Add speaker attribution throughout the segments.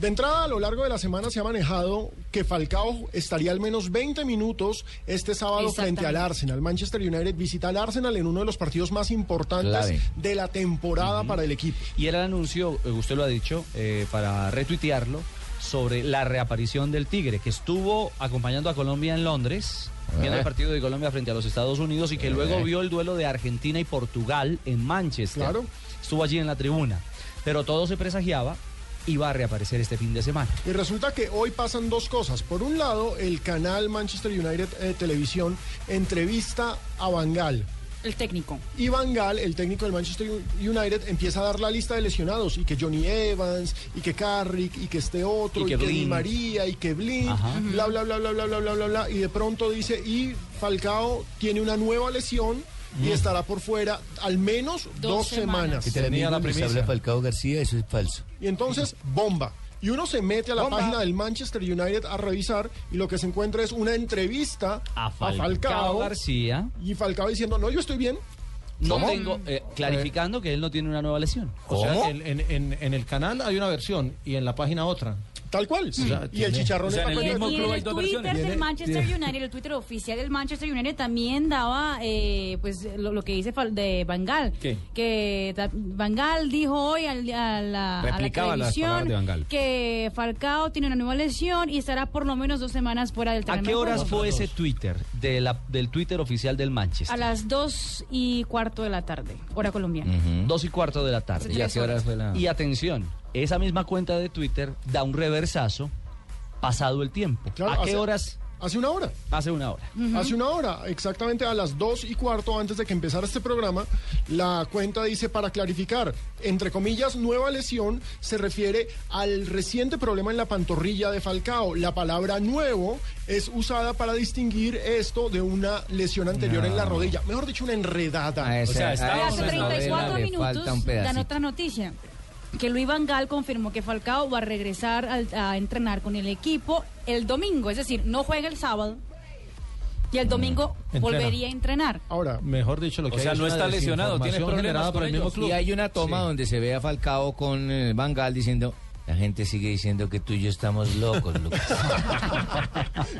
Speaker 1: De entrada, a lo largo de la semana se ha manejado que Falcao estaría al menos 20 minutos este sábado frente al Arsenal. Manchester United visita al Arsenal en uno de los partidos más importantes
Speaker 2: Clave.
Speaker 1: de la temporada para el equipo.
Speaker 2: Y era el anuncio, eh, usted lo ha dicho, eh, para retuitearlo, sobre la reaparición del Tigre, que estuvo acompañando a Colombia en Londres, viendo
Speaker 1: Eh.
Speaker 2: el partido de Colombia frente a los Estados Unidos y que luego vio el duelo de Argentina y Portugal en Manchester.
Speaker 1: Claro.
Speaker 2: Estuvo allí en la tribuna. Pero todo se presagiaba, iba a reaparecer este fin de semana.
Speaker 1: Y resulta que hoy pasan dos cosas. Por un lado, el canal Manchester United eh, Televisión entrevista a Bangal.
Speaker 3: El técnico.
Speaker 1: Y Van Gaal, el técnico del Manchester United, empieza a dar la lista de lesionados y que Johnny Evans y que Carrick y que este otro
Speaker 2: Y
Speaker 1: y
Speaker 2: que
Speaker 1: que, Di
Speaker 2: Blin.
Speaker 1: María y que Blin,
Speaker 2: Ajá.
Speaker 1: bla bla bla bla bla bla bla bla bla y de pronto dice y Falcao tiene una nueva lesión
Speaker 2: Mm.
Speaker 1: y estará por fuera al menos dos,
Speaker 3: Dos
Speaker 1: semanas.
Speaker 3: semanas.
Speaker 4: Que tenía la premisa. habla Falcao García, eso es falso.
Speaker 1: Y entonces bomba. Y uno se mete a la página del Manchester United a revisar y lo que se encuentra es una entrevista a Falcao,
Speaker 2: García.
Speaker 1: y Falcao diciendo no yo estoy bien.
Speaker 2: No tengo, eh, clarificando que él no tiene una nueva lesión.
Speaker 1: Pues
Speaker 5: Oh.
Speaker 6: O sea, en, en- en- en el canal hay una versión y en la página otra.
Speaker 1: Tal cual. y el chicharrón está
Speaker 3: Y,
Speaker 1: con-
Speaker 3: y en el Twitter del Manchester United, el Twitter oficial del Manchester United también daba eh, pues lo, lo que dice Fal- de Bangal.
Speaker 6: ¿Qué?
Speaker 3: Que ta- Van Gaal dijo hoy al- a la, a la
Speaker 5: Replicaba las
Speaker 3: televisión
Speaker 5: palabras de Van Gaal.
Speaker 3: que Falcao tiene una nueva lesión y estará por lo menos dos semanas fuera del
Speaker 2: ¿A
Speaker 3: terreno.
Speaker 2: qué
Speaker 3: de
Speaker 2: horas
Speaker 3: juego.
Speaker 2: fue ese Twitter de la- del Twitter oficial del Manchester?
Speaker 3: A las dos y cuarto de la tarde, hora colombiana.
Speaker 5: Mm.
Speaker 2: Dos y cuarto de la tarde.
Speaker 3: Hace ¿Y a tres qué horas horas.
Speaker 5: fue la-
Speaker 2: Y atención, esa misma cuenta de Twitter da un reversazo pasado el tiempo.
Speaker 1: Claro,
Speaker 2: ¿A qué
Speaker 1: hace-
Speaker 2: horas?
Speaker 1: Hace una hora.
Speaker 2: Hace una hora.
Speaker 1: Hace una hora, exactamente a las dos y cuarto antes de que empezara este programa, la cuenta dice para clarificar, entre comillas, nueva lesión se refiere al reciente problema en la pantorrilla de Falcao. La palabra nuevo es usada para distinguir esto de una lesión anterior en la rodilla, mejor dicho, una
Speaker 2: Ah,
Speaker 1: enredada.
Speaker 5: ese-
Speaker 6: sea, está-
Speaker 5: a
Speaker 3: Hace
Speaker 5: Ah, esa novela
Speaker 3: 34
Speaker 5: le
Speaker 3: minutos
Speaker 5: falta un
Speaker 3: dan
Speaker 5: pedacito.
Speaker 3: otra noticia. Que Luis Van Gaal confirmó que Falcao va a regresar al- a, entrenar con el equipo el domingo, es decir, no juega el sábado y
Speaker 5: Mm.
Speaker 3: el domingo
Speaker 6: Entrena.
Speaker 3: volvería a entrenar.
Speaker 5: Oh,
Speaker 1: Ahora,
Speaker 6: Mejor dicho, lo que
Speaker 5: O sea,
Speaker 6: hay es
Speaker 5: no
Speaker 6: una
Speaker 5: está lesionado, tiene
Speaker 6: desinformación
Speaker 5: problemas
Speaker 6: generada por
Speaker 5: con
Speaker 6: el mismo
Speaker 5: ellos.
Speaker 6: club.
Speaker 4: Y hay una toma
Speaker 6: Sí.
Speaker 4: donde se ve a Falcao con eh, Van Gaal diciendo, la gente sigue diciendo que tú y yo estamos locos, Lucas".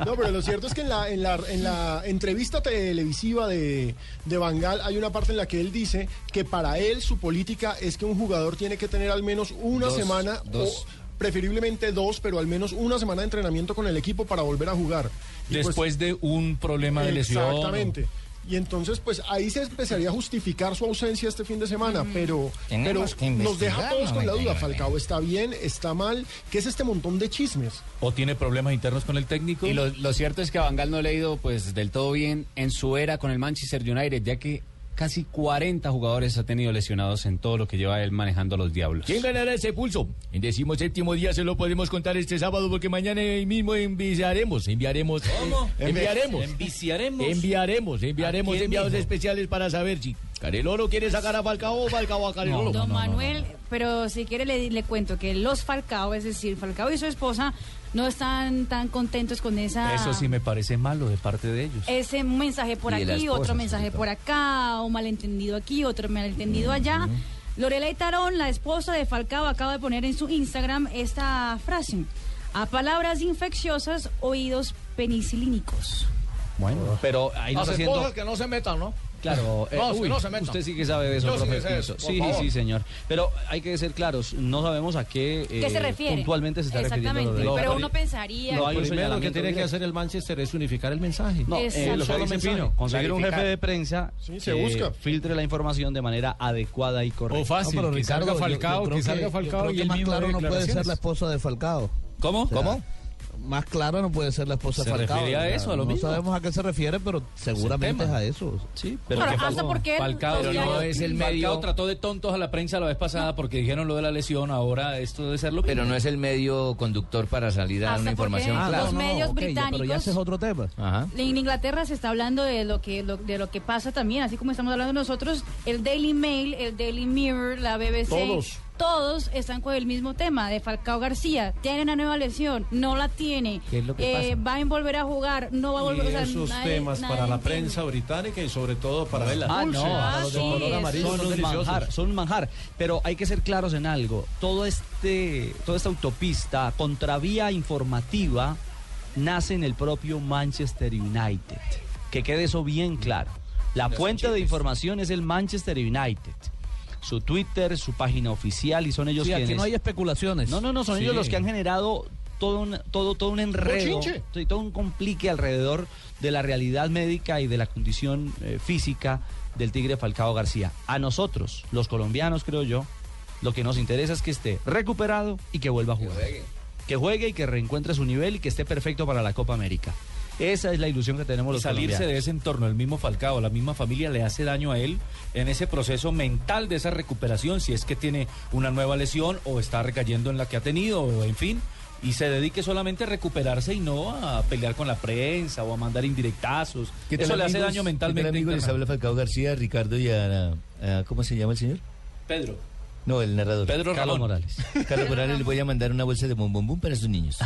Speaker 1: No, pero lo cierto es que en la, en la, en la entrevista televisiva de, de Van Gaal hay una parte en la que él dice que para él su política es que un jugador tiene que tener al menos una
Speaker 4: Dos,
Speaker 1: semana
Speaker 4: dos.
Speaker 1: o preferiblemente dos, pero al menos una semana de entrenamiento con el equipo para volver a jugar. Y pues,
Speaker 5: Después de un problema de lesión.
Speaker 1: Exactamente. Y entonces, pues ahí se empezaría a justificar su ausencia este fin de semana, pero, pero
Speaker 4: Mm. Tenemos que
Speaker 1: nos deja a
Speaker 4: investigar,
Speaker 1: todos con la duda.
Speaker 4: 99.
Speaker 1: Falcao está bien, está mal. ¿Qué es este montón de chismes?
Speaker 5: O tiene problemas internos con el técnico.
Speaker 7: Y lo, lo cierto es que a Van Gaal no le ha ido pues del todo bien en su era con el Manchester United, ya que casi 40 jugadores ha tenido lesionados en todo lo que lleva él manejando a los diablos.
Speaker 4: ¿Quién ganará ese pulso? En décimo séptimo día se lo podemos contar este sábado porque mañana eh, mismo enviaremos, enviaremos, enviaremos,
Speaker 5: Enviciaremos.
Speaker 4: enviaremos, enviaremos
Speaker 5: quién
Speaker 4: enviados
Speaker 5: mismo?
Speaker 4: especiales para saber si Careloro quiere sacar a Falcao o Falcao a Careloro.
Speaker 3: Don Manuel, pero si quiere le, le cuento que los Falcao, es decir, Falcao y su esposa no están tan contentos con esa
Speaker 5: Eso sí me parece malo de parte de ellos.
Speaker 3: ese mensaje por
Speaker 4: Y de la
Speaker 3: aquí,
Speaker 4: esposa,
Speaker 3: otro
Speaker 4: sobre
Speaker 3: mensaje
Speaker 4: todo.
Speaker 3: por acá, un malentendido aquí, otro malentendido allá. Lorelei Tarón, la esposa de Falcao, acaba de poner en su Instagram esta frase. A palabras infecciosas, oídos penicilínicos.
Speaker 2: Bueno, pero ahí nos
Speaker 6: Las
Speaker 2: haciendo.
Speaker 6: esposas que no se metan, ¿no?
Speaker 2: Claro, eh,
Speaker 6: No, si
Speaker 2: uy,
Speaker 6: no se metan.
Speaker 2: usted sí que sabe de eso,
Speaker 6: Yo sí
Speaker 2: profe
Speaker 6: que sé eso,
Speaker 2: Pinto.
Speaker 6: por
Speaker 2: sí,
Speaker 6: favor.
Speaker 2: sí, señor. Pero hay que ser claros, no sabemos a qué,
Speaker 3: ¿Qué se
Speaker 2: eh,
Speaker 3: refiere?
Speaker 2: puntualmente se está refiriendo.
Speaker 3: Exactamente.
Speaker 2: lo de-
Speaker 3: Pero
Speaker 2: lo-
Speaker 3: uno pensaría.
Speaker 2: No,
Speaker 6: Lo
Speaker 2: hay un
Speaker 6: primero que
Speaker 2: señalamiento
Speaker 6: tiene que
Speaker 2: directo.
Speaker 6: hacer el Manchester es unificar el mensaje.
Speaker 2: No, eh, lo que
Speaker 6: Solo
Speaker 2: dice
Speaker 6: mensaje.
Speaker 2: Pino, conseguir un jefe
Speaker 7: Clarificar.
Speaker 2: de prensa
Speaker 1: Sí, se
Speaker 2: que
Speaker 1: busca.
Speaker 2: filtre la información de manera adecuada y correcta.
Speaker 5: O fácil,
Speaker 8: No, pero
Speaker 5: que salga
Speaker 8: Ricardo, yo- yo
Speaker 5: Falcao,
Speaker 8: creo
Speaker 5: que salga
Speaker 8: yo
Speaker 5: Falcao
Speaker 8: creo
Speaker 5: y
Speaker 8: que
Speaker 5: él
Speaker 8: más
Speaker 5: mismo
Speaker 8: claro
Speaker 5: dé
Speaker 8: no puede ser la
Speaker 5: declaraciones.
Speaker 8: esposa de Falcao.
Speaker 5: ¿Cómo?
Speaker 8: O sea, más clara no puede ser la esposa
Speaker 5: ¿Se
Speaker 8: de Falcao.
Speaker 5: refería a
Speaker 8: o sea,
Speaker 5: eso, a lo
Speaker 8: no
Speaker 5: mismo?
Speaker 8: sabemos a qué se refiere, pero seguramente es
Speaker 5: tema.
Speaker 8: a eso.
Speaker 5: Sí,
Speaker 3: Ahora,
Speaker 5: ¿qué
Speaker 3: hasta
Speaker 5: pasó?
Speaker 3: porque él-
Speaker 5: Falcao,
Speaker 3: Pero no
Speaker 5: es el medio. Falcao trató de tontos a la prensa la vez pasada porque dijeron lo de la lesión, ahora esto debe ser lo
Speaker 9: Pero no es el medio conductor para salir
Speaker 5: Ah,
Speaker 9: a dar una
Speaker 3: Hasta porque
Speaker 9: información
Speaker 3: los
Speaker 9: clara.
Speaker 8: Ah, no,
Speaker 3: medios
Speaker 8: ok, ya, pero ya
Speaker 3: británicos
Speaker 8: ese es otro tema.
Speaker 9: Ajá.
Speaker 3: En Inglaterra se está hablando de lo que lo- de lo que pasa también, así como estamos hablando nosotros, el Daily Mail, el Daily Mirror, la BBC,
Speaker 1: Todos.
Speaker 3: todos están con el mismo tema de Falcao García, tiene una nueva lesión, no la tiene,
Speaker 2: ¿Qué es lo que
Speaker 3: eh, va a volver a jugar, no va a volver
Speaker 6: Y
Speaker 3: o sea,
Speaker 6: esos
Speaker 3: nadie-
Speaker 6: temas
Speaker 3: nadie
Speaker 6: para la
Speaker 3: entiende.
Speaker 6: prensa británica y sobre todo para la
Speaker 2: Ah, no,
Speaker 3: Ah,
Speaker 2: los de
Speaker 3: sí,
Speaker 2: color
Speaker 3: eso.
Speaker 2: amarillo
Speaker 6: Son
Speaker 2: son un
Speaker 6: deliciosos.
Speaker 2: manjar, son un manjar. Pero hay que ser claros en algo. Todo este, toda esta autopista, contravía informativa, nace en el propio Manchester United. Que quede eso bien claro. La fuente de información es el Manchester United. Su Twitter, su página oficial y son ellos
Speaker 8: Sí, aquí
Speaker 2: quienes...
Speaker 8: no hay especulaciones.
Speaker 2: No, no, no, son ellos los que han generado todo un, todo, todo un enredo,
Speaker 1: Bochinche.
Speaker 2: sí, todo un complique alrededor de la realidad médica y de la condición eh, física del Tigre Falcao García. A nosotros, los colombianos, creo yo, lo que nos interesa es que esté recuperado y que vuelva a jugar. Que juegue. y que reencuentre su nivel y que esté perfecto para la Copa América. Esa es la ilusión que tenemos los
Speaker 5: salirse de
Speaker 2: colombianos.
Speaker 5: ese entorno, el mismo Falcao, la misma familia le hace daño a él en ese proceso mental de esa recuperación, si es que tiene una nueva lesión o está recayendo en la que ha tenido, o en fin, y se dedique solamente a recuperarse y no a pelear con la prensa o a mandar indirectazos.
Speaker 4: ¿Qué tal,
Speaker 5: Eso le hace
Speaker 4: amigos?
Speaker 5: daño
Speaker 4: ¿Qué
Speaker 5: mentalmente.
Speaker 4: tal, amigos? les
Speaker 5: interna.
Speaker 4: habla Falcao García, Ricardo y a, a- ¿Cómo se llama el señor?
Speaker 5: Pedro,
Speaker 4: No, el narrador.
Speaker 5: Pedro
Speaker 2: Carlos
Speaker 5: Ramón.
Speaker 2: Morales.
Speaker 4: Carlos Morales le voy a mandar una bolsa de bombombum para sus niños.